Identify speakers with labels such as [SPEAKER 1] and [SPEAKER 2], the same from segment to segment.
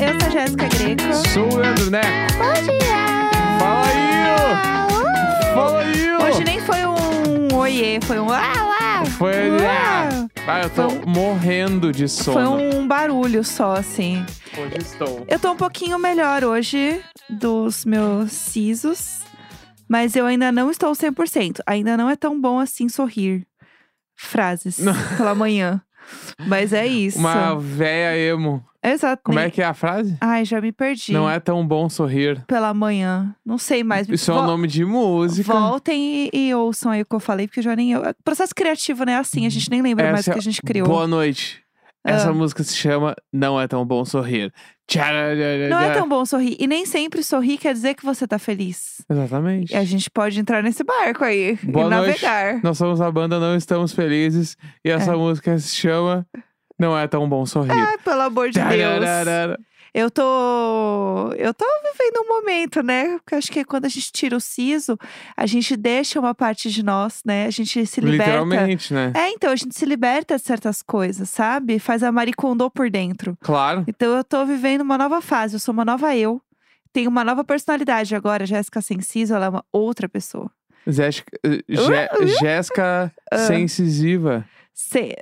[SPEAKER 1] é Jéssica Greco.
[SPEAKER 2] Sou o Leandro Neco. Fala aí! ó. Fala aí! ó.
[SPEAKER 1] Hoje nem foi um oiê, foi um ah lá.
[SPEAKER 2] Foi.
[SPEAKER 1] Uau!
[SPEAKER 2] Ah, eu tô
[SPEAKER 1] Foi um-
[SPEAKER 2] morrendo de sono.
[SPEAKER 1] Foi um barulho só, assim.
[SPEAKER 2] Hoje estou.
[SPEAKER 1] Eu tô um pouquinho melhor hoje dos meus sisos, mas eu ainda não estou 100%. Ainda não é tão bom assim sorrir. Frases pela manhã. Mas é isso.
[SPEAKER 2] Uma véia emo.
[SPEAKER 1] Exato.
[SPEAKER 2] Como é que é a frase?
[SPEAKER 1] Ai, já me perdi.
[SPEAKER 2] Não é tão bom sorrir.
[SPEAKER 1] Pela manhã. Não sei mais. me-
[SPEAKER 2] Isso é
[SPEAKER 1] Vo-
[SPEAKER 2] o nome de música.
[SPEAKER 1] Voltem e, e ouçam aí o que eu falei, porque eu já nem. eu- Processo criativo, né? Assim, a gente nem lembra mais
[SPEAKER 2] Uhum. Essa é
[SPEAKER 1] o que a gente criou. Ah.
[SPEAKER 2] Boa noite. Essa música se chama Não é tão bom sorrir.
[SPEAKER 1] Não
[SPEAKER 2] né?
[SPEAKER 1] é tão bom sorrir. E nem sempre sorrir quer dizer que você tá feliz.
[SPEAKER 2] Exatamente.
[SPEAKER 1] E a gente pode entrar nesse barco aí
[SPEAKER 2] Boa
[SPEAKER 1] e
[SPEAKER 2] noite.
[SPEAKER 1] navegar.
[SPEAKER 2] Nós somos a banda Não Estamos Felizes e essa
[SPEAKER 1] É.
[SPEAKER 2] música se chama Não é tão bom sorrir.
[SPEAKER 1] Ai, pelo amor de Deus.
[SPEAKER 2] Tararara.
[SPEAKER 1] Eu tô. Eu tô vivendo um momento, né? Porque eu acho que quando a gente tira o siso, a gente deixa uma parte de nós, né? A gente se liberta.
[SPEAKER 2] Literalmente, né?
[SPEAKER 1] É, então, a gente se liberta de certas coisas, sabe? Faz a maricondô por dentro.
[SPEAKER 2] Claro.
[SPEAKER 1] Então eu tô vivendo uma nova fase, eu sou uma nova eu. Tenho uma nova personalidade agora. Jéssica Sensiso, ela é uma outra pessoa.
[SPEAKER 2] Zésica- eh, Jé- Jéssica
[SPEAKER 1] Ah.
[SPEAKER 2] Sensisiva.
[SPEAKER 1] Se...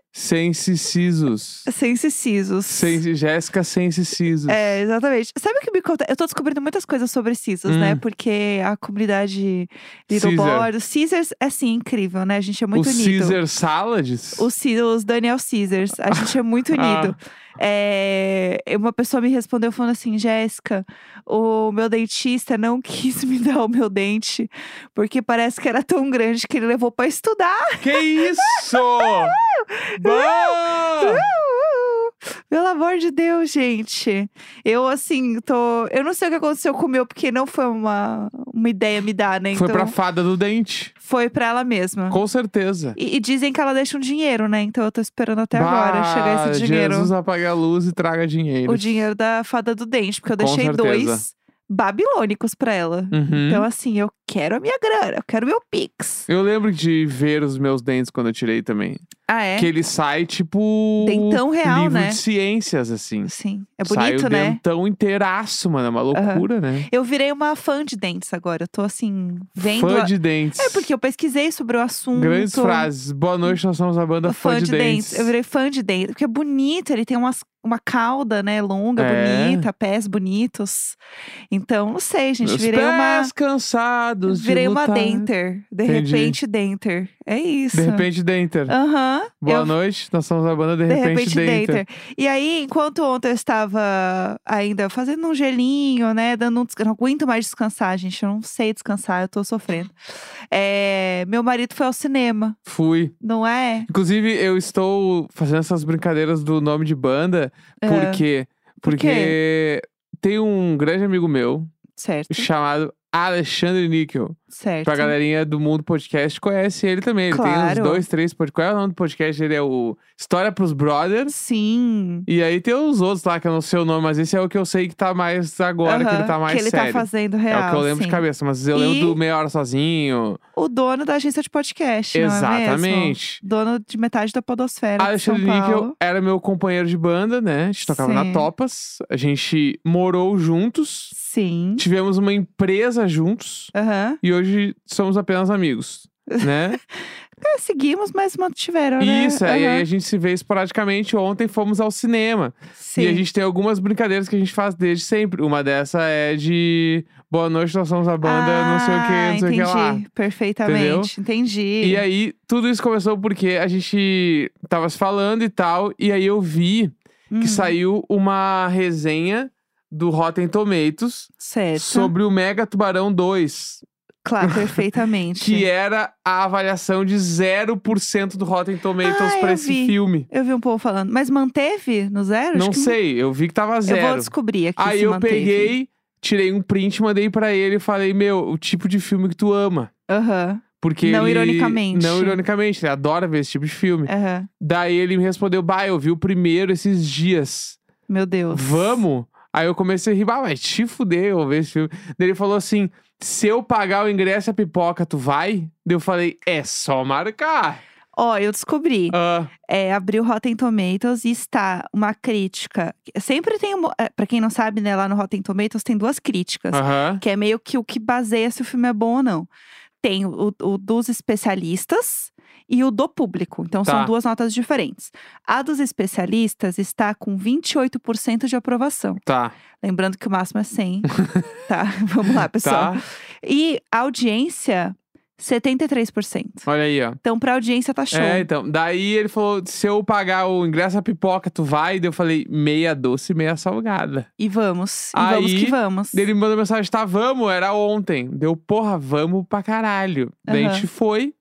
[SPEAKER 2] Sensicisos.
[SPEAKER 1] Sensicisos.
[SPEAKER 2] Sensi- Jéssica Sensicisos.
[SPEAKER 1] É, exatamente. Sabe o que me conta? Eu tô descobrindo muitas coisas sobre Cisos,
[SPEAKER 2] Hum.
[SPEAKER 1] né? Porque a comunidade Little
[SPEAKER 2] Caesar.
[SPEAKER 1] Board, o Caesars é assim, incrível, né? A gente é muito
[SPEAKER 2] Os
[SPEAKER 1] unido.
[SPEAKER 2] Caesar Salads?
[SPEAKER 1] Os, Ci- os Daniel Caesars. A gente é muito unido.
[SPEAKER 2] Ah.
[SPEAKER 1] É, uma pessoa me respondeu falando assim: Jéssica, o meu dentista não quis me dar o meu dente, porque parece que era tão grande que ele levou pra estudar.
[SPEAKER 2] Que isso? Bah!
[SPEAKER 1] Pelo amor de Deus, gente. Eu, assim, tô. Eu não sei o que aconteceu com o meu, porque não foi uma, uma ideia me dar, né?
[SPEAKER 2] Foi
[SPEAKER 1] então,
[SPEAKER 2] pra fada do dente.
[SPEAKER 1] foi pra ela mesma.
[SPEAKER 2] Com certeza.
[SPEAKER 1] E, e dizem que ela deixa um dinheiro, né? Então eu tô esperando até agora
[SPEAKER 2] Bah,
[SPEAKER 1] chegar esse dinheiro.
[SPEAKER 2] Jesus apaga a luz e traga dinheiro.
[SPEAKER 1] o dinheiro da fada do dente, porque eu
[SPEAKER 2] Com
[SPEAKER 1] deixei
[SPEAKER 2] certeza.
[SPEAKER 1] dois babilônicos pra ela.
[SPEAKER 2] Uhum.
[SPEAKER 1] Então, assim, eu quero a minha grana, eu quero meu Pix.
[SPEAKER 2] Eu lembro de ver os meus dentes quando eu tirei também.
[SPEAKER 1] Ah, é?
[SPEAKER 2] Que ele sai tipo.
[SPEAKER 1] Dentão real,
[SPEAKER 2] livro
[SPEAKER 1] né?
[SPEAKER 2] de ciências, assim.
[SPEAKER 1] Sim. É
[SPEAKER 2] sai
[SPEAKER 1] bonito,
[SPEAKER 2] o
[SPEAKER 1] né?
[SPEAKER 2] dentão inteiraço, mano. É uma loucura, né?
[SPEAKER 1] Eu virei uma fã de dentes agora. Eu tô assim, vendo.
[SPEAKER 2] Fã
[SPEAKER 1] a-
[SPEAKER 2] de dentes.
[SPEAKER 1] É porque eu pesquisei sobre o assunto.
[SPEAKER 2] Grandes frases. Boa noite, nós somos a banda
[SPEAKER 1] Fã, de, dentes. Eu virei fã de dentes. Porque é bonito, ele tem umas, uma cauda, né? Longa,
[SPEAKER 2] É.
[SPEAKER 1] bonita, pés bonitos. Então, não sei, gente.
[SPEAKER 2] Meus
[SPEAKER 1] virei uma.
[SPEAKER 2] pés cansados de
[SPEAKER 1] Virei uma
[SPEAKER 2] lutar.
[SPEAKER 1] denter. De
[SPEAKER 2] Entendi.
[SPEAKER 1] repente, denter. É isso.
[SPEAKER 2] De repente, denter.
[SPEAKER 1] Aham.
[SPEAKER 2] Boa
[SPEAKER 1] Ah, eu-
[SPEAKER 2] noite, nós somos a banda De,
[SPEAKER 1] De repente,
[SPEAKER 2] denter.
[SPEAKER 1] denter. E aí, enquanto ontem eu estava ainda fazendo um gelinho, né? Dando um descanso. Não aguento mais descansar, gente. Eu não sei descansar, eu tô sofrendo. É, Meu marido foi ao cinema,
[SPEAKER 2] Fui.
[SPEAKER 1] não é?
[SPEAKER 2] Inclusive, eu estou fazendo essas brincadeiras do nome de banda. Por quê?
[SPEAKER 1] É. Por Hum.
[SPEAKER 2] Porque tem um grande amigo meu
[SPEAKER 1] Certo,
[SPEAKER 2] chamado Alexandre Níquel.
[SPEAKER 1] certo.
[SPEAKER 2] Pra galerinha do Mundo Podcast, conhece ele também. Ele tem
[SPEAKER 1] Claro.
[SPEAKER 2] uns dois, três podcasts. Qual é o nome do podcast? Ele é o História pros Brothers.
[SPEAKER 1] Sim.
[SPEAKER 2] E aí tem os outros lá, que eu não sei o nome, mas esse é o que eu sei que tá mais agora, que ele
[SPEAKER 1] Aham,
[SPEAKER 2] tá mais
[SPEAKER 1] que ele
[SPEAKER 2] sério.
[SPEAKER 1] tá fazendo real.
[SPEAKER 2] é o que eu lembro
[SPEAKER 1] sim.
[SPEAKER 2] de cabeça, mas eu lembro
[SPEAKER 1] E-
[SPEAKER 2] do Meia Hora Sozinho.
[SPEAKER 1] O dono da agência de podcast, não é mesmo?
[SPEAKER 2] Exatamente.
[SPEAKER 1] Dono de metade da podosfera de São
[SPEAKER 2] Alexandre
[SPEAKER 1] Paulo.
[SPEAKER 2] Níquel era meu companheiro de banda, né? A gente tocava
[SPEAKER 1] Sim.
[SPEAKER 2] na Topas, a gente morou juntos,
[SPEAKER 1] Sim.
[SPEAKER 2] tivemos uma empresa juntos
[SPEAKER 1] Aham.
[SPEAKER 2] e hoje somos apenas amigos, né?
[SPEAKER 1] É, seguimos, mas mantiveram, né?
[SPEAKER 2] Isso, aí
[SPEAKER 1] Aham.
[SPEAKER 2] a gente se vê esporadicamente. Ontem fomos ao cinema.
[SPEAKER 1] Sim.
[SPEAKER 2] E a gente tem algumas brincadeiras que a gente faz desde sempre. Uma dessa é de Boa Noite, nós somos a banda, não sei o
[SPEAKER 1] Ah,
[SPEAKER 2] que, não sei o que lá.
[SPEAKER 1] entendi. Perfeitamente, entendi.
[SPEAKER 2] E aí, tudo isso começou porque a gente tava se falando e tal, e aí eu vi
[SPEAKER 1] Hum,
[SPEAKER 2] que saiu uma resenha do Rotten Tomatoes
[SPEAKER 1] certo.
[SPEAKER 2] sobre o Mega Tubarão 2,
[SPEAKER 1] Claro, perfeitamente.
[SPEAKER 2] que é era a avaliação de 0% do Rotten Tomatoes
[SPEAKER 1] Ah, eu
[SPEAKER 2] pra esse
[SPEAKER 1] vi.
[SPEAKER 2] filme.
[SPEAKER 1] Eu vi um povo falando, mas manteve no zero? Acho
[SPEAKER 2] Não
[SPEAKER 1] que
[SPEAKER 2] sei, eu vi que tava
[SPEAKER 1] Eu vou
[SPEAKER 2] zero.
[SPEAKER 1] descobrir aqui
[SPEAKER 2] Aí
[SPEAKER 1] se
[SPEAKER 2] eu
[SPEAKER 1] manteve.
[SPEAKER 2] peguei, tirei um print, mandei pra ele e falei: "Meu, o tipo de filme que tu ama".
[SPEAKER 1] Aham,
[SPEAKER 2] Porque
[SPEAKER 1] Não
[SPEAKER 2] ele-
[SPEAKER 1] ironicamente. É.
[SPEAKER 2] Não ironicamente, ele adora ver esse tipo de filme.
[SPEAKER 1] aham.
[SPEAKER 2] Daí ele me respondeu: Bah, eu vi o primeiro esses dias.
[SPEAKER 1] Meu Deus.
[SPEAKER 2] Vamos? Aí eu comecei a rir, "Bah, mas te fuder, eu vou ver esse filme. Daí ele falou assim: se eu pagar o ingresso e a pipoca, tu vai? Daí eu falei, é só marcar.
[SPEAKER 1] Ó, eu descobri.
[SPEAKER 2] Ah,
[SPEAKER 1] É, abriu Rotten Tomatoes e está uma crítica. Sempre tem uma. é, Pra quem não sabe, né, lá no Rotten Tomatoes tem duas críticas.
[SPEAKER 2] Aham.
[SPEAKER 1] Que é meio que o que baseia se o filme é bom ou não. Tem o, o dos especialistas e o do público. Então
[SPEAKER 2] Tá.
[SPEAKER 1] são duas notas diferentes. A dos especialistas está com 28% de aprovação.
[SPEAKER 2] Tá.
[SPEAKER 1] Lembrando que o máximo é 100. tá, vamos lá, pessoal.
[SPEAKER 2] Tá.
[SPEAKER 1] E a audiência, 73%.
[SPEAKER 2] Olha aí, ó.
[SPEAKER 1] Então, pra audiência tá show.
[SPEAKER 2] É, então. Daí ele falou: se eu pagar o ingresso à pipoca, tu vai? Daí eu falei: meia doce, meia salgada.
[SPEAKER 1] E vamos, e
[SPEAKER 2] Aí,
[SPEAKER 1] vamos que vamos.
[SPEAKER 2] Daí ele me mandou mensagem, tá, vamos, era ontem. Deu, porra, vamos pra caralho. Daí a
[SPEAKER 1] Aham.
[SPEAKER 2] gente foi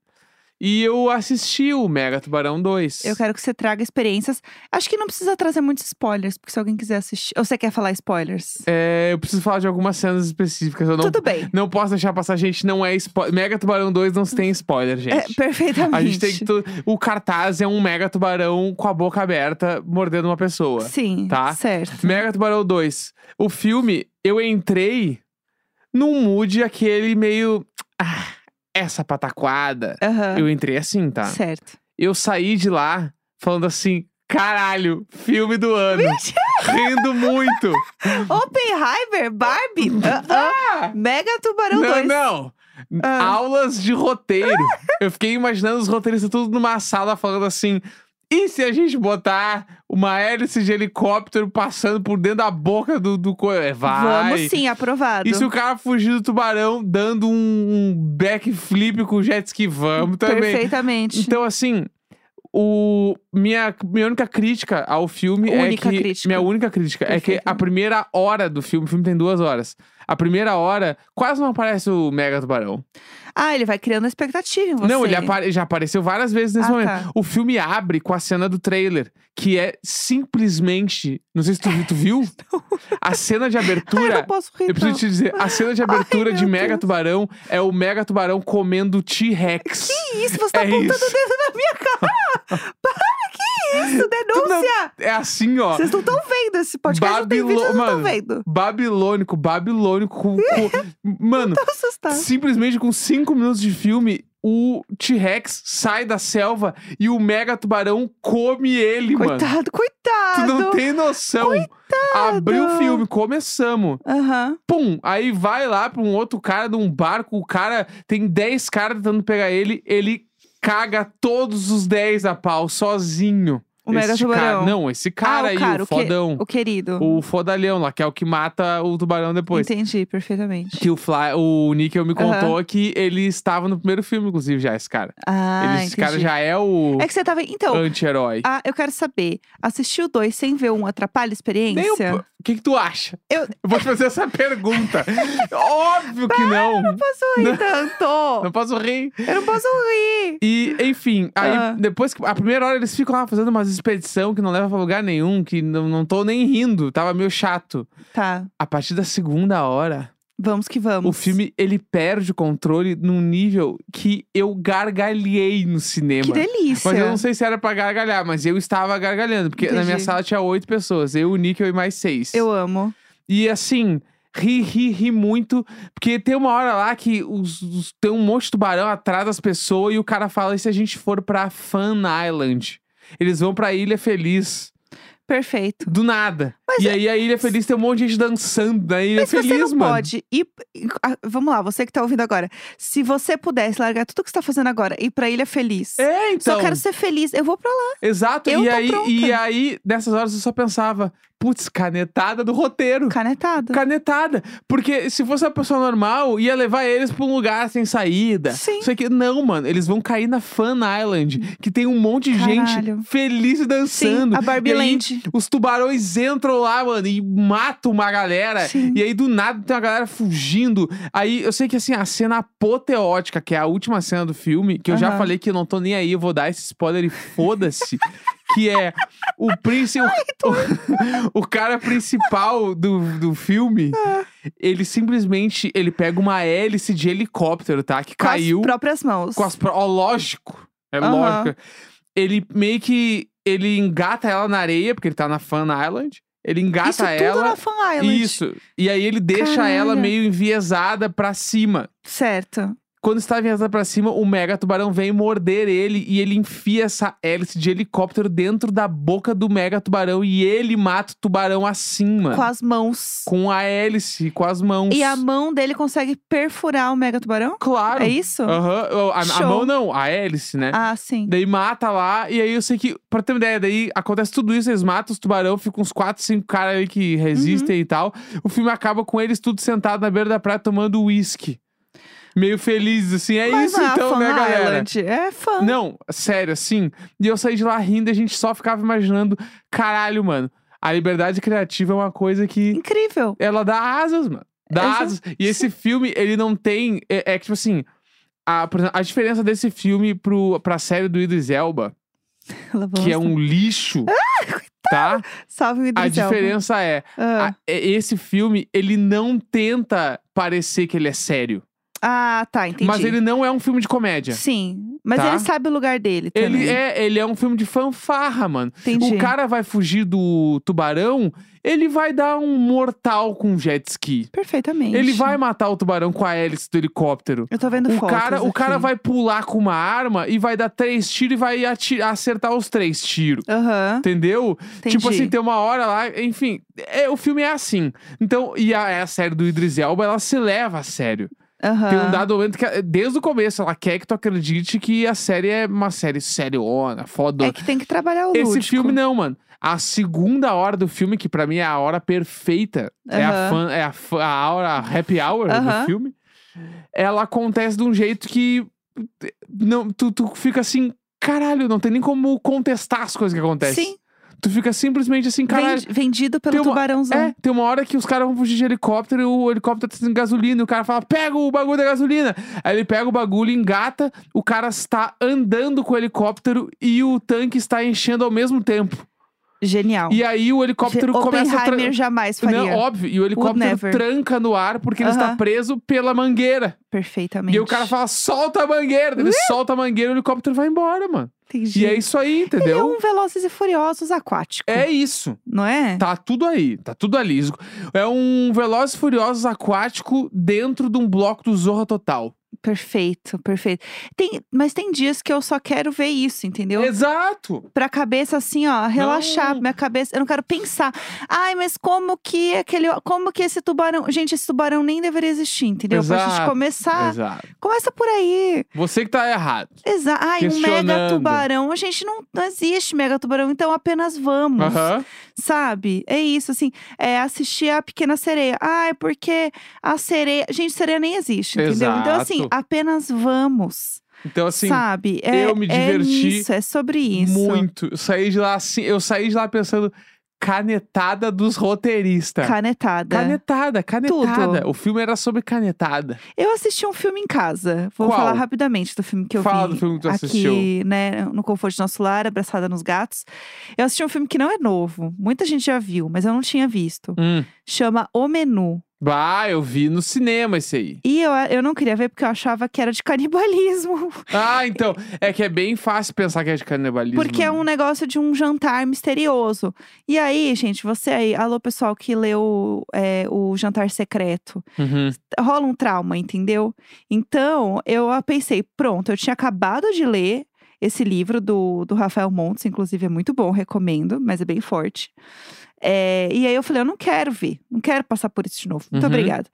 [SPEAKER 2] e eu assisti o Mega Tubarão 2.
[SPEAKER 1] Eu quero que você traga experiências. Acho que não precisa trazer muitos spoilers, porque se alguém quiser assistir. Ou você quer falar spoilers?
[SPEAKER 2] É, eu preciso falar de algumas cenas específicas. Eu não,
[SPEAKER 1] Tudo bem.
[SPEAKER 2] não posso deixar passar, gente. Não é spoiler. Mega Tubarão 2 não se tem spoiler,
[SPEAKER 1] É,
[SPEAKER 2] gente.
[SPEAKER 1] perfeitamente.
[SPEAKER 2] a gente tem que. tu- O cartaz é um Mega Tubarão com a boca aberta mordendo uma pessoa.
[SPEAKER 1] Sim,
[SPEAKER 2] tá?
[SPEAKER 1] certo.
[SPEAKER 2] Mega Tubarão 2. O filme, eu entrei num mood aquele meio. Ah, essa pataquada.
[SPEAKER 1] Aham,
[SPEAKER 2] Eu entrei assim, tá?
[SPEAKER 1] Certo.
[SPEAKER 2] Eu saí de lá falando assim: caralho, filme do ano. Rindo muito.
[SPEAKER 1] Oppenheimer, Barbie, ah, ah, Mega Tubarão
[SPEAKER 2] não,
[SPEAKER 1] 2.
[SPEAKER 2] não.
[SPEAKER 1] Ah.
[SPEAKER 2] Aulas de roteiro. Eu fiquei imaginando os roteiristas tudo numa sala falando assim. E se a gente botar uma hélice de helicóptero passando por dentro da boca do, do co- é, Vai.
[SPEAKER 1] Vamos sim, aprovado.
[SPEAKER 2] E se o cara fugir do tubarão dando um, um backflip com o jet ski, vamos também.
[SPEAKER 1] Perfeitamente.
[SPEAKER 2] Então, assim, o, minha, minha única crítica ao filme
[SPEAKER 1] Única
[SPEAKER 2] é que.
[SPEAKER 1] crítica.
[SPEAKER 2] Minha única crítica é que a
[SPEAKER 1] Perfeitamente.
[SPEAKER 2] primeira hora do filme, o filme tem duas horas. A primeira hora quase não aparece o Mega Tubarão.
[SPEAKER 1] Ah, ele vai criando expectativa em você.
[SPEAKER 2] Não, ele é apare- já apareceu várias vezes nesse
[SPEAKER 1] Ah,
[SPEAKER 2] momento.
[SPEAKER 1] tá.
[SPEAKER 2] O filme abre com a cena do trailer, que é simplesmente. Não sei se tu, vi- tu viu? a cena de
[SPEAKER 1] Ah, eu
[SPEAKER 2] abertura.
[SPEAKER 1] não posso rir,
[SPEAKER 2] Eu preciso
[SPEAKER 1] não.
[SPEAKER 2] te dizer, a cena de abertura
[SPEAKER 1] Ai,
[SPEAKER 2] de
[SPEAKER 1] meu
[SPEAKER 2] Mega
[SPEAKER 1] Deus.
[SPEAKER 2] Tubarão é o Mega Tubarão comendo T-Rex.
[SPEAKER 1] Que isso? Você tá
[SPEAKER 2] É
[SPEAKER 1] apontando
[SPEAKER 2] isso.
[SPEAKER 1] o dedo na minha cara! Para! Que isso? Denúncia!
[SPEAKER 2] É assim, ó.
[SPEAKER 1] Vocês não estão vendo esse podcast, não tem
[SPEAKER 2] Babilo-
[SPEAKER 1] vídeo, vocês não estão
[SPEAKER 2] Mano.
[SPEAKER 1] vendo.
[SPEAKER 2] Babilônico, babilônico. Com, com- Mano,
[SPEAKER 1] Tô assustada.
[SPEAKER 2] simplesmente com cinco minutos de filme, o T-Rex sai da selva e o Mega Tubarão come ele, mano.
[SPEAKER 1] Coitado, coitado!
[SPEAKER 2] Tu não tem noção. Abriu o filme, começamos.
[SPEAKER 1] Aham.
[SPEAKER 2] Pum! Aí vai lá pra um outro cara de um barco, o cara tem 10 caras tentando pegar ele, ele caga todos os 10 a pau, sozinho.
[SPEAKER 1] O Mega
[SPEAKER 2] Este cara-
[SPEAKER 1] Tubarão.
[SPEAKER 2] não, esse cara
[SPEAKER 1] Ah, o
[SPEAKER 2] aí,
[SPEAKER 1] cara,
[SPEAKER 2] o
[SPEAKER 1] o que-
[SPEAKER 2] fodão.
[SPEAKER 1] O querido.
[SPEAKER 2] O fodalhão lá, que é o que mata o tubarão depois.
[SPEAKER 1] Entendi perfeitamente.
[SPEAKER 2] Que o, Fly, o Nickel me
[SPEAKER 1] Aham.
[SPEAKER 2] contou que ele estava no primeiro filme, inclusive, já, esse cara.
[SPEAKER 1] Ah,
[SPEAKER 2] ele, esse cara
[SPEAKER 1] entendi.
[SPEAKER 2] já é o
[SPEAKER 1] É que você tava. Então,
[SPEAKER 2] anti-herói.
[SPEAKER 1] ah, eu quero saber. Assistir o 2 sem ver um atrapalha a experiência?
[SPEAKER 2] Nem um o... o que, que tu acha?
[SPEAKER 1] Eu-
[SPEAKER 2] vou te fazer essa pergunta. Óbvio que não. Não posso,
[SPEAKER 1] Ai, tanto!
[SPEAKER 2] rir.
[SPEAKER 1] Eu não posso rir!
[SPEAKER 2] E, enfim, aí
[SPEAKER 1] Ah.
[SPEAKER 2] depois que. A primeira hora eles ficam lá fazendo umas expedição que não leva pra lugar nenhum, que não, não tô nem rindo, tava meio chato.
[SPEAKER 1] Tá,
[SPEAKER 2] A partir da segunda hora,
[SPEAKER 1] vamos que vamos.
[SPEAKER 2] O filme, ele perde o controle num nível que eu gargalhei no cinema.
[SPEAKER 1] Que delícia!
[SPEAKER 2] é Mas eu não sei se era pra gargalhar, mas eu estava gargalhando. Porque na minha
[SPEAKER 1] Entendi.
[SPEAKER 2] sala tinha oito pessoas. Eu, o Nickel e mais seis.
[SPEAKER 1] Eu amo.
[SPEAKER 2] E assim, ri, ri, ri muito. Porque tem uma hora lá que os, os- tem um monte de tubarão atrás das pessoas. E o cara fala, e se a gente for pra Fun Island? Eles vão pra Ilha Feliz.
[SPEAKER 1] Perfeito.
[SPEAKER 2] Do nada. e aí a Ilha Feliz tem um monte de gente dançando na Ilha
[SPEAKER 1] é- Mas se
[SPEAKER 2] Feliz,
[SPEAKER 1] você não
[SPEAKER 2] mano.
[SPEAKER 1] pode ir. ah, Vamos lá, você que tá ouvindo agora. Se você pudesse largar tudo que você tá fazendo agora e ir pra Ilha Feliz.
[SPEAKER 2] É, então.
[SPEAKER 1] Só quero ser feliz. Eu vou pra lá.
[SPEAKER 2] Exato,
[SPEAKER 1] Eu
[SPEAKER 2] e,
[SPEAKER 1] tô
[SPEAKER 2] aí, e
[SPEAKER 1] pronta.
[SPEAKER 2] aí, nessas horas eu só pensava, putz, canetada do roteiro.
[SPEAKER 1] Canetada.
[SPEAKER 2] Canetada. Porque se fosse uma pessoa normal, ia levar eles pra um lugar sem saída.
[SPEAKER 1] Sim.
[SPEAKER 2] Isso aqui, não, mano. Eles vão cair na Fun Island, que tem um monte de
[SPEAKER 1] Caralho.
[SPEAKER 2] gente feliz dançando.
[SPEAKER 1] Sim, a Barbie
[SPEAKER 2] E aí,
[SPEAKER 1] Land.
[SPEAKER 2] Os tubarões entram lá, mano, e matam uma galera.
[SPEAKER 1] Sim.
[SPEAKER 2] E aí, do nada, tem uma galera fugindo. Aí, eu sei que, assim, a cena apoteótica, que é a última cena do filme, que eu já
[SPEAKER 1] Aham.
[SPEAKER 2] falei que eu não tô nem aí, eu vou dar esse spoiler e foda-se. que é o príncipe... O, o cara principal do, do filme,
[SPEAKER 1] É.
[SPEAKER 2] ele simplesmente, ele pega uma hélice de helicóptero, tá? Que caiu
[SPEAKER 1] Com as próprias mãos.
[SPEAKER 2] com as pro... Ó, lógico. É
[SPEAKER 1] Aham.
[SPEAKER 2] lógico. Ele meio que. Ele engata ela na areia, porque ele tá na Fan Island. Ele engata
[SPEAKER 1] Isso tudo
[SPEAKER 2] ela.
[SPEAKER 1] na Fan Island.
[SPEAKER 2] Isso. E aí ele deixa ela
[SPEAKER 1] Caralho.
[SPEAKER 2] meio enviesada pra cima.
[SPEAKER 1] Certo.
[SPEAKER 2] Quando está ameaçado pra cima, o mega tubarão vem morder ele e ele enfia essa hélice de helicóptero dentro da boca do mega tubarão e ele mata o tubarão acima.
[SPEAKER 1] com as mãos.
[SPEAKER 2] Com a hélice, com as mãos.
[SPEAKER 1] E a mão dele consegue perfurar o mega tubarão?
[SPEAKER 2] Claro.
[SPEAKER 1] É isso?
[SPEAKER 2] Aham, a- a,
[SPEAKER 1] Show.
[SPEAKER 2] mão não, a hélice, né?
[SPEAKER 1] Ah, sim.
[SPEAKER 2] Daí mata lá, e aí eu sei que, pra ter uma ideia, daí acontece tudo isso, eles matam os tubarão, ficam uns 4, 5 caras ali que resistem
[SPEAKER 1] Uhum.
[SPEAKER 2] e tal. O filme acaba com eles tudo sentado na beira da praia tomando uísque. Meio felizes, assim, é
[SPEAKER 1] Mas
[SPEAKER 2] isso
[SPEAKER 1] não é a
[SPEAKER 2] então,
[SPEAKER 1] Fun
[SPEAKER 2] né, galera?
[SPEAKER 1] Island. É fã.
[SPEAKER 2] Não, sério, assim. E eu saí de lá rindo e a gente só ficava imaginando, caralho, mano, a liberdade criativa é uma coisa que
[SPEAKER 1] Incrível.
[SPEAKER 2] ela dá asas, mano. Dá
[SPEAKER 1] Exato,
[SPEAKER 2] asas. E esse filme, ele não tem. É, é que, tipo assim. A, por exemplo, a diferença desse filme pro, pra série do Idris Elba,
[SPEAKER 1] Ela
[SPEAKER 2] que é
[SPEAKER 1] gosta.
[SPEAKER 2] um lixo,
[SPEAKER 1] Ah,
[SPEAKER 2] tá?
[SPEAKER 1] Salve o
[SPEAKER 2] A
[SPEAKER 1] Idris Elba.
[SPEAKER 2] diferença é.
[SPEAKER 1] Ah.
[SPEAKER 2] a- é- esse filme, ele não tenta parecer que ele é sério.
[SPEAKER 1] Ah, tá, entendi.
[SPEAKER 2] Mas ele não é um filme de comédia.
[SPEAKER 1] Sim, mas
[SPEAKER 2] Tá?
[SPEAKER 1] ele sabe o lugar dele também.
[SPEAKER 2] Ele é, ele é um filme de fanfarra, mano.
[SPEAKER 1] Entendi.
[SPEAKER 2] O cara vai fugir do tubarão, ele vai dar um mortal com jet ski.
[SPEAKER 1] Perfeitamente.
[SPEAKER 2] Ele vai matar o tubarão com a hélice do helicóptero.
[SPEAKER 1] Eu tô vendo
[SPEAKER 2] O
[SPEAKER 1] fotos assim.
[SPEAKER 2] cara, o
[SPEAKER 1] aqui.
[SPEAKER 2] cara vai pular com uma arma e vai dar três tiros e vai ati- acertar os três tiros.
[SPEAKER 1] Aham,
[SPEAKER 2] Entendeu?
[SPEAKER 1] entendi.
[SPEAKER 2] Tipo assim, tem uma hora lá, enfim, é, o filme é assim. Então, e a, é a série do Idris Elba, ela se leva a sério.
[SPEAKER 1] Aham.
[SPEAKER 2] Tem um dado momento que, desde o começo, ela quer que tu acredite que a série é uma série seriona, foda.
[SPEAKER 1] É que tem que trabalhar o
[SPEAKER 2] Esse
[SPEAKER 1] lúdico.
[SPEAKER 2] filme não, mano. A segunda hora do filme, que pra mim é a hora perfeita, é, a
[SPEAKER 1] Aham.
[SPEAKER 2] fan, é a, fa- a hora happy hour do
[SPEAKER 1] Aham.
[SPEAKER 2] filme, ela acontece de um jeito que não, tu, tu fica assim, caralho, não tem nem como contestar as coisas que acontecem.
[SPEAKER 1] Sim,
[SPEAKER 2] Tu fica simplesmente assim, caralho.
[SPEAKER 1] vendi- vendido pelo
[SPEAKER 2] tem uma-
[SPEAKER 1] tubarãozão.
[SPEAKER 2] É, tem uma hora que os caras vão fugir de helicóptero e o helicóptero tá sem gasolina. E o cara fala, pega o bagulho da gasolina. Aí ele pega o bagulho, engata. O cara está andando com o helicóptero e o tanque está enchendo ao mesmo tempo.
[SPEAKER 1] Genial.
[SPEAKER 2] E aí o helicóptero começa a... tra-
[SPEAKER 1] Oppenheimer jamais
[SPEAKER 2] Não,
[SPEAKER 1] faria.
[SPEAKER 2] óbvio. E o helicóptero
[SPEAKER 1] never.
[SPEAKER 2] tranca no ar porque ele está
[SPEAKER 1] Aham.
[SPEAKER 2] preso pela mangueira.
[SPEAKER 1] Perfeitamente.
[SPEAKER 2] E aí o cara fala, solta a mangueira. Ele solta a mangueira e o helicóptero vai embora, mano.
[SPEAKER 1] Entendi.
[SPEAKER 2] E é isso aí,
[SPEAKER 1] Ele é
[SPEAKER 2] entendeu?
[SPEAKER 1] um Velozes e Furiosos aquático,
[SPEAKER 2] É isso.
[SPEAKER 1] não é?
[SPEAKER 2] Tá tudo aí, tá tudo ali. É um Velozes e Furiosos aquático dentro de um bloco do Zorra Total.
[SPEAKER 1] Perfeito, perfeito. Tem, mas tem dias que eu só quero ver isso, entendeu?
[SPEAKER 2] Exato!
[SPEAKER 1] pra cabeça assim, ó, relaxar
[SPEAKER 2] Não.
[SPEAKER 1] minha cabeça. Eu não quero pensar. Ai, mas como que aquele, como que esse tubarão, gente, esse tubarão nem deveria existir, entendeu? Pra gente
[SPEAKER 2] Exato,
[SPEAKER 1] começar,
[SPEAKER 2] Exato.
[SPEAKER 1] começa por aí.
[SPEAKER 2] Você que tá errado.
[SPEAKER 1] Exa Ai, um mega
[SPEAKER 2] Questionando.
[SPEAKER 1] tubarão, a gente não, não existe mega tubarão, então apenas vamos.
[SPEAKER 2] Aham.
[SPEAKER 1] Sabe? É isso assim, é assistir a pequena sereia. Ai, porque a sereia, gente, sereia nem existe, entendeu? Então assim,
[SPEAKER 2] Exato.
[SPEAKER 1] apenas vamos.
[SPEAKER 2] Então, assim,
[SPEAKER 1] sabe? É,
[SPEAKER 2] eu me
[SPEAKER 1] é
[SPEAKER 2] diverti
[SPEAKER 1] nisso, é sobre isso.
[SPEAKER 2] muito. Eu saí de lá assim, eu saí de lá pensando, canetada dos roteiristas.
[SPEAKER 1] Canetada.
[SPEAKER 2] Canetada, canetada.
[SPEAKER 1] Tudo.
[SPEAKER 2] O filme era sobre canetada.
[SPEAKER 1] Eu assisti um filme em casa. Vou
[SPEAKER 2] Qual?
[SPEAKER 1] falar rapidamente do filme que eu
[SPEAKER 2] Fala
[SPEAKER 1] vi.
[SPEAKER 2] do filme que tu
[SPEAKER 1] aqui,
[SPEAKER 2] assistiu.
[SPEAKER 1] né, no Conforto de Nosso Lar, Abraçada nos Gatos. Eu assisti um filme que não é novo. Muita gente já viu, mas eu não tinha visto.
[SPEAKER 2] Hum.
[SPEAKER 1] Chama O Menu.
[SPEAKER 2] Bah, eu vi no cinema esse aí.
[SPEAKER 1] E eu, eu não queria ver porque eu achava que era de canibalismo.
[SPEAKER 2] Ah, então. É que é bem fácil pensar que é de canibalismo.
[SPEAKER 1] Porque é
[SPEAKER 2] né?
[SPEAKER 1] um negócio de um jantar misterioso. E aí, gente, você aí... Alô, pessoal que leu é, o Jantar Secreto.
[SPEAKER 2] Uhum.
[SPEAKER 1] rola um trauma, entendeu? Então, eu a- pensei, pronto, eu tinha acabado de ler esse livro do, do Rafael Montes, inclusive é muito bom, recomendo, mas é bem forte. É, e aí eu falei, eu não quero ver, não quero passar por isso de novo. Muito
[SPEAKER 2] Uhum.
[SPEAKER 1] obrigada.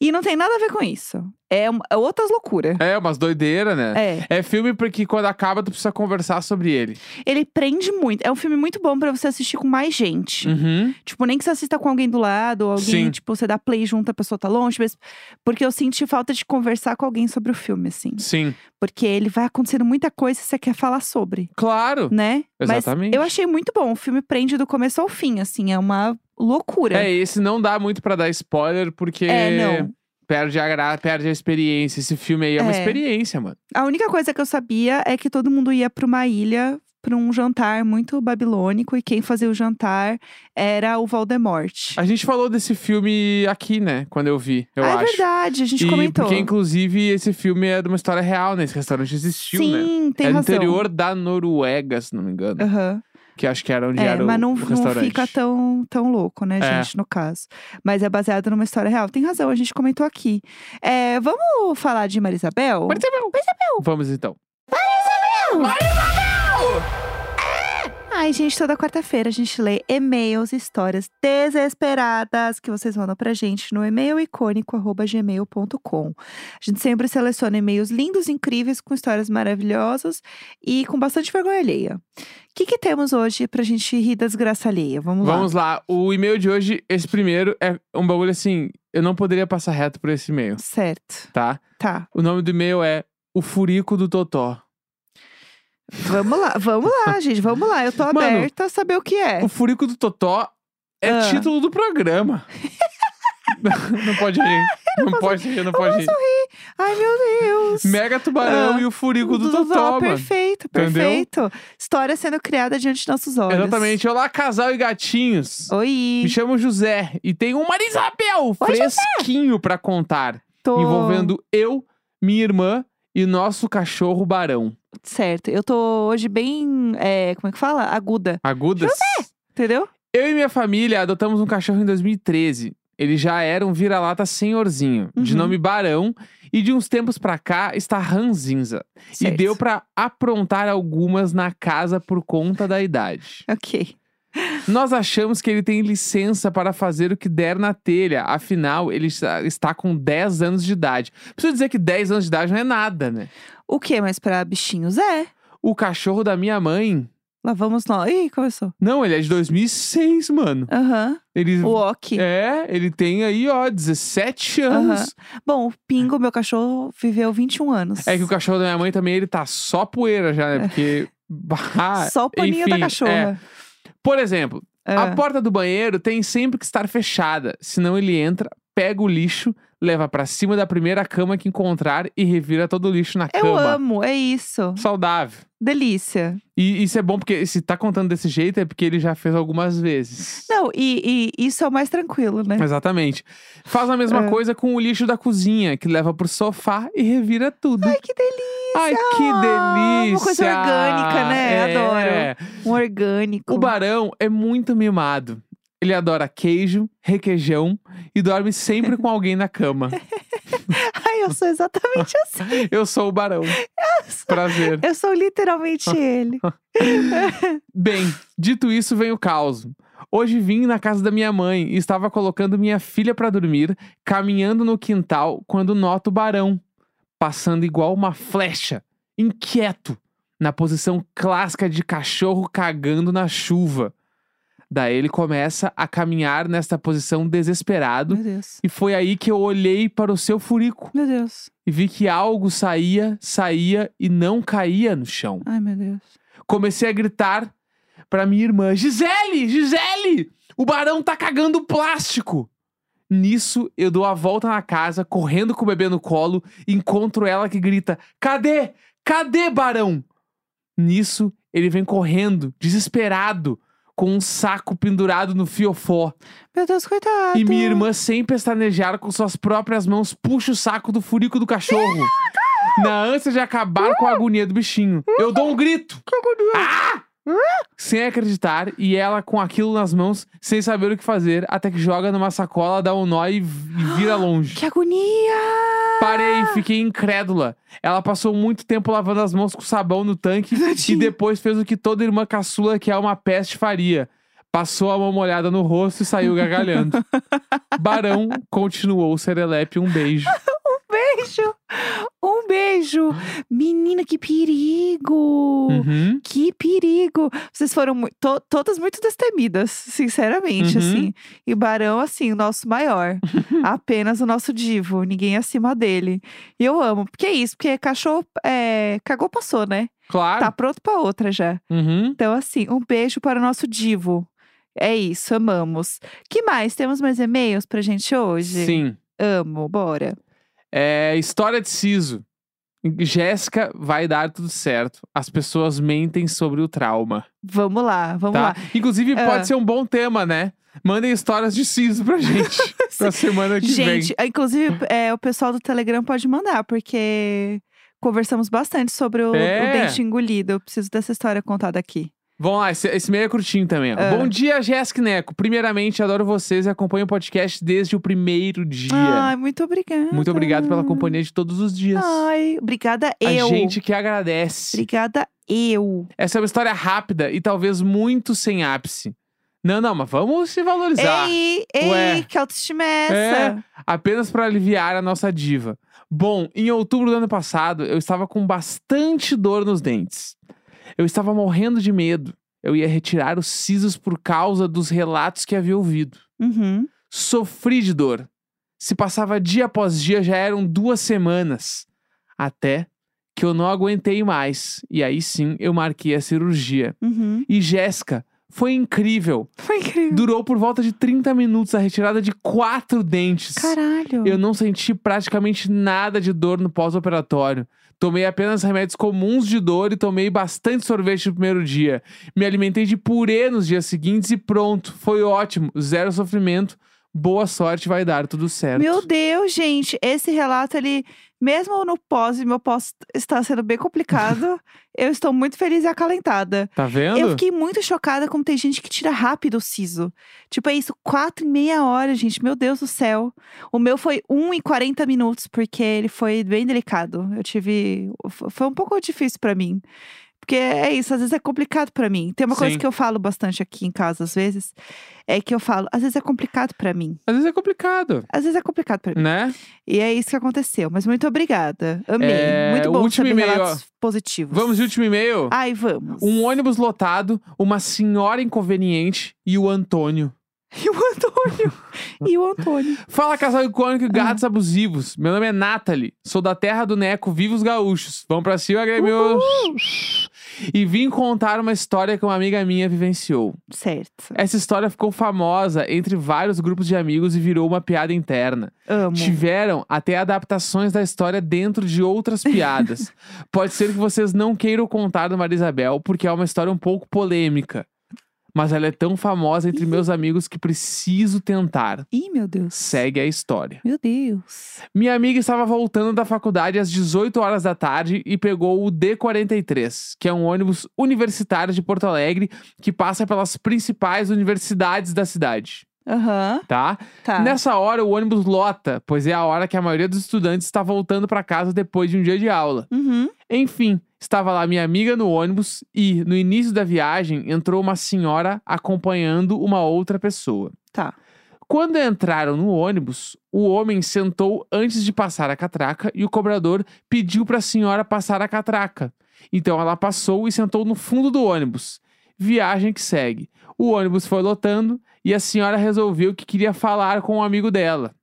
[SPEAKER 1] E não tem nada a ver com isso. É, um- é outras loucuras.
[SPEAKER 2] É, umas doideiras, né?
[SPEAKER 1] É.
[SPEAKER 2] É filme porque quando acaba tu precisa conversar sobre ele.
[SPEAKER 1] ele prende muito. É um filme muito bom pra você assistir com mais gente.
[SPEAKER 2] Uhum.
[SPEAKER 1] Tipo, nem que você assista com alguém do lado, ou alguém,
[SPEAKER 2] Sim.
[SPEAKER 1] tipo, você dá play junto, a pessoa tá longe, mas porque eu senti falta de conversar com alguém sobre o filme, assim.
[SPEAKER 2] Sim.
[SPEAKER 1] Porque ele vai acontecendo muita coisa e você quer falar sobre,
[SPEAKER 2] Claro.
[SPEAKER 1] né?
[SPEAKER 2] Exatamente.
[SPEAKER 1] Mas eu achei muito bom. O filme prende do começo ao fim, assim. É uma loucura.
[SPEAKER 2] É, esse não dá muito pra dar spoiler porque
[SPEAKER 1] É, não.
[SPEAKER 2] perde a graça, perde a experiência. Esse filme aí é, uma
[SPEAKER 1] É.
[SPEAKER 2] experiência, mano.
[SPEAKER 1] A única coisa que eu sabia é que todo mundo ia pra uma ilha pra um jantar muito babilônico e quem fazia o jantar era o Voldemort.
[SPEAKER 2] A gente falou desse filme aqui, né? Quando eu vi, eu
[SPEAKER 1] Ah, é
[SPEAKER 2] acho.
[SPEAKER 1] verdade, a gente
[SPEAKER 2] e
[SPEAKER 1] comentou.
[SPEAKER 2] porque inclusive esse filme é de uma história real, né? Esse restaurante existiu, né?
[SPEAKER 1] Sim, tem
[SPEAKER 2] é né? no
[SPEAKER 1] razão.
[SPEAKER 2] interior da Noruega, se não me engano.
[SPEAKER 1] Aham.
[SPEAKER 2] que acho que era onde
[SPEAKER 1] É,
[SPEAKER 2] era o,
[SPEAKER 1] mas não,
[SPEAKER 2] o
[SPEAKER 1] não
[SPEAKER 2] restaurante.
[SPEAKER 1] fica tão, tão louco, né,
[SPEAKER 2] É.
[SPEAKER 1] gente, no caso. Mas é baseado numa história real. Tem razão, a gente comentou aqui. É, vamos falar de Marisabel?
[SPEAKER 2] Mas é meu. Vamos então.
[SPEAKER 1] Ai, gente, toda quarta-feira a gente lê e-mails, histórias desesperadas que vocês mandam pra gente no e-mail icônico.gmail.com. A gente sempre seleciona e-mails lindos, incríveis, com histórias maravilhosas e com bastante vergonha alheia. O que, que temos hoje pra gente rir da desgraça alheia? Vamos,
[SPEAKER 2] Vamos lá. O e-mail de hoje, esse primeiro, é um bagulho assim. Eu não poderia passar reto por esse e-mail,
[SPEAKER 1] lá. Certo.
[SPEAKER 2] tá?
[SPEAKER 1] Tá.
[SPEAKER 2] O nome do e-mail é O Furico do Totó.
[SPEAKER 1] Vamos lá, vamos lá, gente. Vamos lá. Eu tô
[SPEAKER 2] Mano,
[SPEAKER 1] aberta a saber o que é.
[SPEAKER 2] O Furico do Totó é
[SPEAKER 1] Ah.
[SPEAKER 2] título do programa. não pode rir. Não pode rir, não pode rir.
[SPEAKER 1] Ai, meu Deus.
[SPEAKER 2] Mega Tubarão
[SPEAKER 1] Ah.
[SPEAKER 2] e o Furico do,
[SPEAKER 1] Dudu,
[SPEAKER 2] Totó, mano.
[SPEAKER 1] Perfeito,
[SPEAKER 2] Entendeu?
[SPEAKER 1] perfeito. História sendo criada diante de nossos olhos.
[SPEAKER 2] Exatamente. Olá, casal e gatinhos.
[SPEAKER 1] Oi.
[SPEAKER 2] Me chamo José e tenho uma Isabel fresquinho pra contar,
[SPEAKER 1] Tô...
[SPEAKER 2] envolvendo eu, minha irmã e nosso cachorro Barão.
[SPEAKER 1] Certo. Eu tô hoje bem. é, como é que fala? Aguda.
[SPEAKER 2] Agudas?
[SPEAKER 1] Entendeu?
[SPEAKER 2] Eu e minha família adotamos um cachorro em 2013. Ele já era um vira-lata senhorzinho, de
[SPEAKER 1] Uhum.
[SPEAKER 2] nome Barão, e de uns tempos pra cá está ranzinza. E
[SPEAKER 1] Certo.
[SPEAKER 2] deu pra aprontar algumas na casa por conta da idade.
[SPEAKER 1] Ok.
[SPEAKER 2] Nós achamos que ele tem licença para fazer o que der na telha. Afinal, ele está- está com 10 anos de idade. Preciso dizer que 10 anos de idade não é nada, né?
[SPEAKER 1] O que mais pra bichinhos? É.
[SPEAKER 2] O cachorro da minha mãe.
[SPEAKER 1] Lá vamos nós. Ih, começou.
[SPEAKER 2] Não, ele é de 2006, mano.
[SPEAKER 1] Aham.
[SPEAKER 2] Ele.
[SPEAKER 1] O Ok.
[SPEAKER 2] É, ele tem aí, ó, 17 anos.
[SPEAKER 1] Bom, o Pingo, meu cachorro, viveu 21 anos.
[SPEAKER 2] É que o cachorro da minha mãe também, ele tá só poeira já, né? Porque. Bah,
[SPEAKER 1] É. Só o paninho
[SPEAKER 2] ah, enfim,
[SPEAKER 1] da cachorra.
[SPEAKER 2] Por exemplo,
[SPEAKER 1] Ah.
[SPEAKER 2] a porta do banheiro tem sempre que estar fechada, senão ele entra, pega o lixo, leva pra cima da primeira cama que encontrar e revira todo o lixo na
[SPEAKER 1] Eu
[SPEAKER 2] cama.
[SPEAKER 1] amo, é isso.
[SPEAKER 2] Saudável.
[SPEAKER 1] Delícia.
[SPEAKER 2] E isso é bom porque se tá contando desse jeito é porque ele já fez algumas vezes.
[SPEAKER 1] Não, e, e isso é o mais tranquilo, né?
[SPEAKER 2] Exatamente. Faz a mesma
[SPEAKER 1] É.
[SPEAKER 2] coisa com o lixo da cozinha, que leva pro sofá e revira tudo.
[SPEAKER 1] Ai, que delícia!
[SPEAKER 2] Ai, que
[SPEAKER 1] Ah,
[SPEAKER 2] delícia!
[SPEAKER 1] uma coisa orgânica, né?
[SPEAKER 2] É.
[SPEAKER 1] Um orgânico.
[SPEAKER 2] O Barão é muito mimado. Ele adora queijo, requeijão e dorme sempre com alguém na cama.
[SPEAKER 1] Ai, eu sou exatamente assim.
[SPEAKER 2] Eu sou o Barão. Prazer.
[SPEAKER 1] Eu sou literalmente ele.
[SPEAKER 2] Bem, dito isso, vem o caos. Hoje vim na casa da minha mãe e estava colocando minha filha para dormir, caminhando no quintal quando noto o Barão passando igual uma flecha, inquieto, na posição clássica de cachorro cagando na chuva. Daí ele começa a caminhar nesta posição desesperado
[SPEAKER 1] Meu Deus.
[SPEAKER 2] E foi aí que eu olhei para o seu furico
[SPEAKER 1] Meu Deus.
[SPEAKER 2] e vi que algo saía, saía e não caía no chão.
[SPEAKER 1] Ai, meu Deus.
[SPEAKER 2] Comecei a gritar para minha irmã: Gisele, Gisele, o barão tá cagando plástico. Nisso, eu dou a volta na casa, correndo com o bebê no colo, e encontro ela que grita: Cadê? Cadê, barão? Nisso, ele vem correndo, desesperado, com um saco pendurado no fiofó.
[SPEAKER 1] Meu Deus, coitado.
[SPEAKER 2] E minha irmã, sem pestanejar, com suas próprias mãos, puxa o saco do furico do cachorro. Na ânsia de acabar com a agonia do bichinho. Eu dou um grito. Ah! Sem acreditar, e ela com aquilo nas mãos, sem saber o que fazer, até que joga numa sacola, dá um nó e v- e vira longe.
[SPEAKER 1] Que agonia!
[SPEAKER 2] Parei, fiquei incrédula. Ela passou muito tempo lavando as mãos com sabão no tanque e
[SPEAKER 1] Tadinha.
[SPEAKER 2] depois fez o que toda irmã caçula, que é uma peste, faria. Passou a mão molhada no rosto e saiu gargalhando. Barão continuou o serelepe, um beijo.
[SPEAKER 1] Beijo! Um beijo! Menina, que perigo!
[SPEAKER 2] Uhum.
[SPEAKER 1] Que perigo! Vocês foram mu- to- todas muito destemidas, sinceramente,
[SPEAKER 2] Uhum.
[SPEAKER 1] assim. E Barão, assim, o nosso maior. Apenas o nosso divo, ninguém acima dele. E eu amo, porque é isso, porque cachorro é, cagou, passou, né?
[SPEAKER 2] Claro.
[SPEAKER 1] Tá pronto pra outra já.
[SPEAKER 2] Uhum.
[SPEAKER 1] Então, assim, um beijo para o nosso divo. É isso, amamos. Que mais? Temos mais e-mails pra gente hoje?
[SPEAKER 2] Sim.
[SPEAKER 1] Amo, bora.
[SPEAKER 2] É, história de Siso. Jéssica vai dar tudo certo. As pessoas mentem sobre o trauma.
[SPEAKER 1] Vamos lá, vamos
[SPEAKER 2] tá?
[SPEAKER 1] lá.
[SPEAKER 2] Inclusive,
[SPEAKER 1] Ah.
[SPEAKER 2] pode ser um bom tema, né? Mandem histórias de Siso pra gente. pra semana que vem.
[SPEAKER 1] Gente, inclusive, é, o pessoal do Telegram pode mandar, porque conversamos bastante sobre o, o
[SPEAKER 2] É.
[SPEAKER 1] dente engolido. Eu preciso dessa história contada aqui.
[SPEAKER 2] Vamos lá, esse, esse meio é curtinho também. ó.
[SPEAKER 1] Ah.
[SPEAKER 2] Bom dia, Jéssica e Neco. Primeiramente, adoro vocês e acompanho o podcast desde o primeiro dia.
[SPEAKER 1] Ai, muito obrigada.
[SPEAKER 2] Muito obrigado pela companhia de todos os dias.
[SPEAKER 1] Ai, obrigada eu.
[SPEAKER 2] A gente que agradece.
[SPEAKER 1] Obrigada eu.
[SPEAKER 2] Essa é uma história rápida e talvez muito sem ápice. Não, não, mas vamos se valorizar.
[SPEAKER 1] Ei, ei,
[SPEAKER 2] Ué.
[SPEAKER 1] que autoestima é essa?
[SPEAKER 2] Apenas para aliviar a nossa diva. Bom, em outubro do ano passado, eu estava com bastante dor nos dentes. Eu estava morrendo de medo. Eu ia retirar os sisos por causa dos relatos que havia ouvido.
[SPEAKER 1] Uhum.
[SPEAKER 2] Sofri de dor. Se passava dia após dia, já eram duas semanas. Até que eu não aguentei mais. E aí sim eu marquei a cirurgia.
[SPEAKER 1] Uhum.
[SPEAKER 2] E Jéssica, foi incrível.
[SPEAKER 1] Foi incrível.
[SPEAKER 2] Durou por volta de 30 minutos a retirada de quatro dentes.
[SPEAKER 1] Caralho.
[SPEAKER 2] Eu não senti praticamente nada de dor no pós-operatório. Tomei apenas remédios comuns de dor e tomei bastante sorvete no primeiro dia. Me alimentei de purê nos dias seguintes e pronto. Foi ótimo. Zero sofrimento. Boa sorte, vai dar tudo certo.
[SPEAKER 1] Meu Deus, gente, esse relato, ele, mesmo no pós, e meu pós está sendo bem complicado, eu estou muito feliz e acalentada.
[SPEAKER 2] Tá vendo?
[SPEAKER 1] Eu fiquei muito chocada como tem gente que tira rápido o siso. Tipo, é isso, quatro e meia hora, gente. Meu Deus do céu. O meu foi 1 e 40 minutos, porque ele foi bem delicado. Eu tive. f- Foi um pouco difícil pra mim. Porque é isso, às vezes é complicado pra mim. Tem uma coisa
[SPEAKER 2] Sim.
[SPEAKER 1] que eu falo bastante aqui em casa, às vezes, é que eu falo, às vezes é complicado pra mim.
[SPEAKER 2] Às vezes é complicado,
[SPEAKER 1] Às vezes é complicado pra mim.
[SPEAKER 2] né?
[SPEAKER 1] E é isso que aconteceu. Mas muito obrigada. Amei.
[SPEAKER 2] É,
[SPEAKER 1] muito bom
[SPEAKER 2] último
[SPEAKER 1] saber
[SPEAKER 2] e-mail,
[SPEAKER 1] relatos positivos.
[SPEAKER 2] Vamos de último e-mail?
[SPEAKER 1] Ai, vamos.
[SPEAKER 2] Um ônibus lotado, uma senhora inconveniente e o Antônio.
[SPEAKER 1] E o Antônio. e o Antônio.
[SPEAKER 2] Fala, casal icônico e gatos abusivos. Meu nome é Nathalie, sou da terra do Neco, vivos gaúchos. Vamos pra cima, Grêmio! E vim contar uma história que uma amiga minha vivenciou.
[SPEAKER 1] Certo.
[SPEAKER 2] Essa história ficou famosa entre vários grupos de amigos e virou uma piada interna.
[SPEAKER 1] Amo.
[SPEAKER 2] Tiveram até adaptações da história dentro de outras piadas. Pode ser que vocês não queiram contar do Maria Isabel, porque é uma história um pouco polêmica. Mas ela é tão famosa entre meus amigos que preciso tentar.
[SPEAKER 1] Ih, meu Deus.
[SPEAKER 2] Segue a história.
[SPEAKER 1] Meu Deus.
[SPEAKER 2] Minha amiga estava voltando da faculdade às 18 horas da tarde e pegou o D43, que é um ônibus universitário de Porto Alegre que passa pelas principais universidades da cidade,
[SPEAKER 1] Aham.
[SPEAKER 2] tá?
[SPEAKER 1] Tá.
[SPEAKER 2] Nessa hora o ônibus lota, pois é a hora que a maioria dos estudantes está voltando para casa depois de um dia de aula.
[SPEAKER 1] Uhum.
[SPEAKER 2] Enfim, estava lá minha amiga no ônibus e, no início da viagem, entrou uma senhora acompanhando uma outra pessoa.
[SPEAKER 1] Tá.
[SPEAKER 2] Quando entraram no ônibus, o homem sentou antes de passar a catraca e o cobrador pediu para a senhora passar a catraca. Então ela passou e sentou no fundo do ônibus. Viagem que segue. O ônibus foi lotando e a senhora resolveu que queria falar com um amigo dela.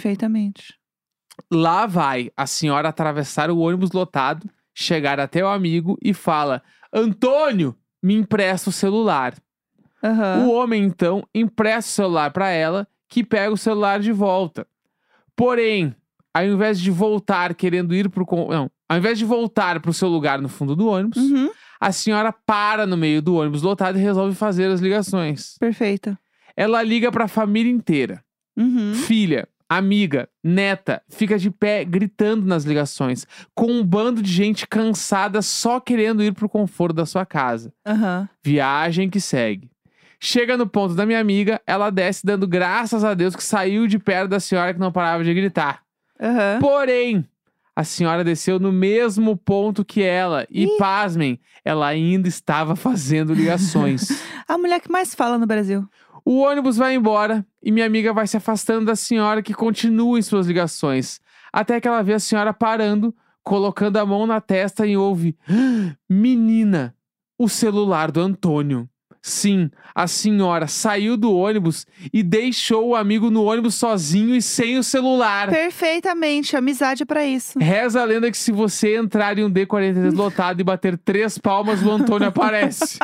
[SPEAKER 1] Perfeitamente.
[SPEAKER 2] Lá vai a senhora atravessar o ônibus lotado, chegar até o amigo e fala: Antônio, me empresta o celular.
[SPEAKER 1] Aham.
[SPEAKER 2] O homem, então, empresta o celular para ela, que pega o celular de volta. Porém, ao invés de voltar querendo ir pro. con- Não, ao invés de voltar pro seu lugar no fundo do ônibus,
[SPEAKER 1] Uhum.
[SPEAKER 2] a senhora para no meio do ônibus lotado e resolve fazer as ligações.
[SPEAKER 1] Perfeita.
[SPEAKER 2] Ela liga para a família inteira.
[SPEAKER 1] Uhum.
[SPEAKER 2] Filha, amiga, neta, fica de pé gritando nas ligações, com um bando de gente cansada só querendo ir pro conforto da sua casa.
[SPEAKER 1] Aham.
[SPEAKER 2] Viagem que segue. Chega no ponto da minha amiga, ela desce dando graças a Deus que saiu de perto da senhora que não parava de gritar.
[SPEAKER 1] Aham.
[SPEAKER 2] Porém, a senhora desceu no mesmo ponto que ela e,
[SPEAKER 1] Ih.
[SPEAKER 2] pasmem, ela ainda estava fazendo ligações.
[SPEAKER 1] A mulher que mais fala no Brasil.
[SPEAKER 2] o ônibus vai embora e minha amiga vai se afastando da senhora que continua em suas ligações, até que ela vê a senhora parando, colocando a mão na testa e ouve: "Ah, "Menina, o celular do Antônio". Sim, a senhora saiu do ônibus e deixou o amigo no ônibus sozinho e sem o celular.
[SPEAKER 1] Perfeitamente. Amizade é pra isso.
[SPEAKER 2] Reza a lenda que se você entrar em um D43 lotado e bater três palmas, o Antônio aparece.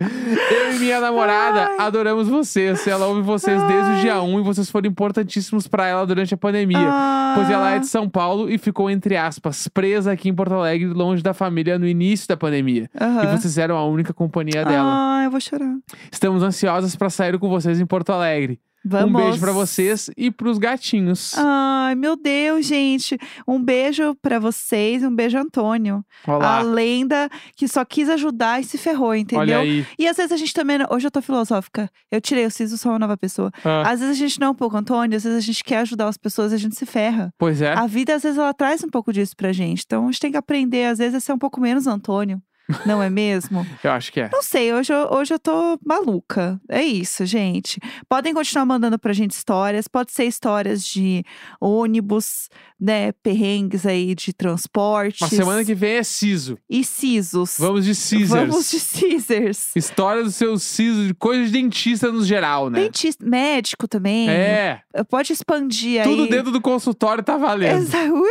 [SPEAKER 2] Eu e minha namorada
[SPEAKER 1] Ai.
[SPEAKER 2] adoramos vocês. Ela ouve vocês desde o dia 1 e vocês foram importantíssimos pra ela durante a pandemia.
[SPEAKER 1] Ah.
[SPEAKER 2] Pois ela é de São Paulo e ficou, entre aspas, presa aqui em Porto Alegre, longe da família no início da pandemia. E vocês eram a única companhia dela.
[SPEAKER 1] Ah, eu vou chorar.
[SPEAKER 2] Estamos ansiosas pra sair com vocês em Porto Alegre.
[SPEAKER 1] Vamos. Ah.
[SPEAKER 2] Um beijo pra vocês e pros gatinhos.
[SPEAKER 1] Ai, meu Deus, gente. Um beijo pra vocês, um beijo, Antônio.
[SPEAKER 2] Olá.
[SPEAKER 1] A lenda que só quis ajudar e se ferrou, Ah,
[SPEAKER 2] Olha
[SPEAKER 1] entendeu?
[SPEAKER 2] aí.
[SPEAKER 1] E às vezes a gente também. não- Hoje eu tô filosófica. Eu tirei, eu Ciso sou uma nova pessoa.
[SPEAKER 2] Ah,
[SPEAKER 1] Às vezes a gente não é um pouco Antônio, às vezes a gente quer ajudar as pessoas e a gente se ferra.
[SPEAKER 2] pois é.
[SPEAKER 1] A vida, às vezes, ela traz um pouco disso pra gente. Então a gente tem que aprender, às vezes, a ser um pouco menos Antônio. Não é mesmo?
[SPEAKER 2] Eu acho que é.
[SPEAKER 1] Não sei, hoje eu, hoje eu tô maluca. É isso, gente. Podem continuar mandando pra gente histórias. Pode ser histórias de ônibus, né? Perrengues aí de transporte.
[SPEAKER 2] Uma semana que vem é siso.
[SPEAKER 1] E sisos.
[SPEAKER 2] Vamos de scissors.
[SPEAKER 1] Vamos de scissors.
[SPEAKER 2] História do seu siso, de coisa de dentista no geral, né?
[SPEAKER 1] Dentista, médico também.
[SPEAKER 2] É.
[SPEAKER 1] Eh, Pode expandir
[SPEAKER 2] Tudo
[SPEAKER 1] aí.
[SPEAKER 2] dentro do consultório tá valendo.
[SPEAKER 1] Exa- Uh!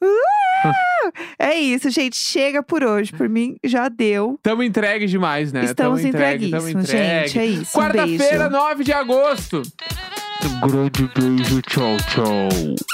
[SPEAKER 1] Uh! É isso, gente. Chega por hoje. Por mim, já deu.
[SPEAKER 2] Tamo entregue demais, né? Tamo
[SPEAKER 1] Estamos
[SPEAKER 2] entregue, tamo
[SPEAKER 1] entreguíssimos,
[SPEAKER 2] entregue.
[SPEAKER 1] gente. É isso. um beijo.
[SPEAKER 2] Quarta-feira, 9 de agosto. Um grande beijo, tchau, tchau.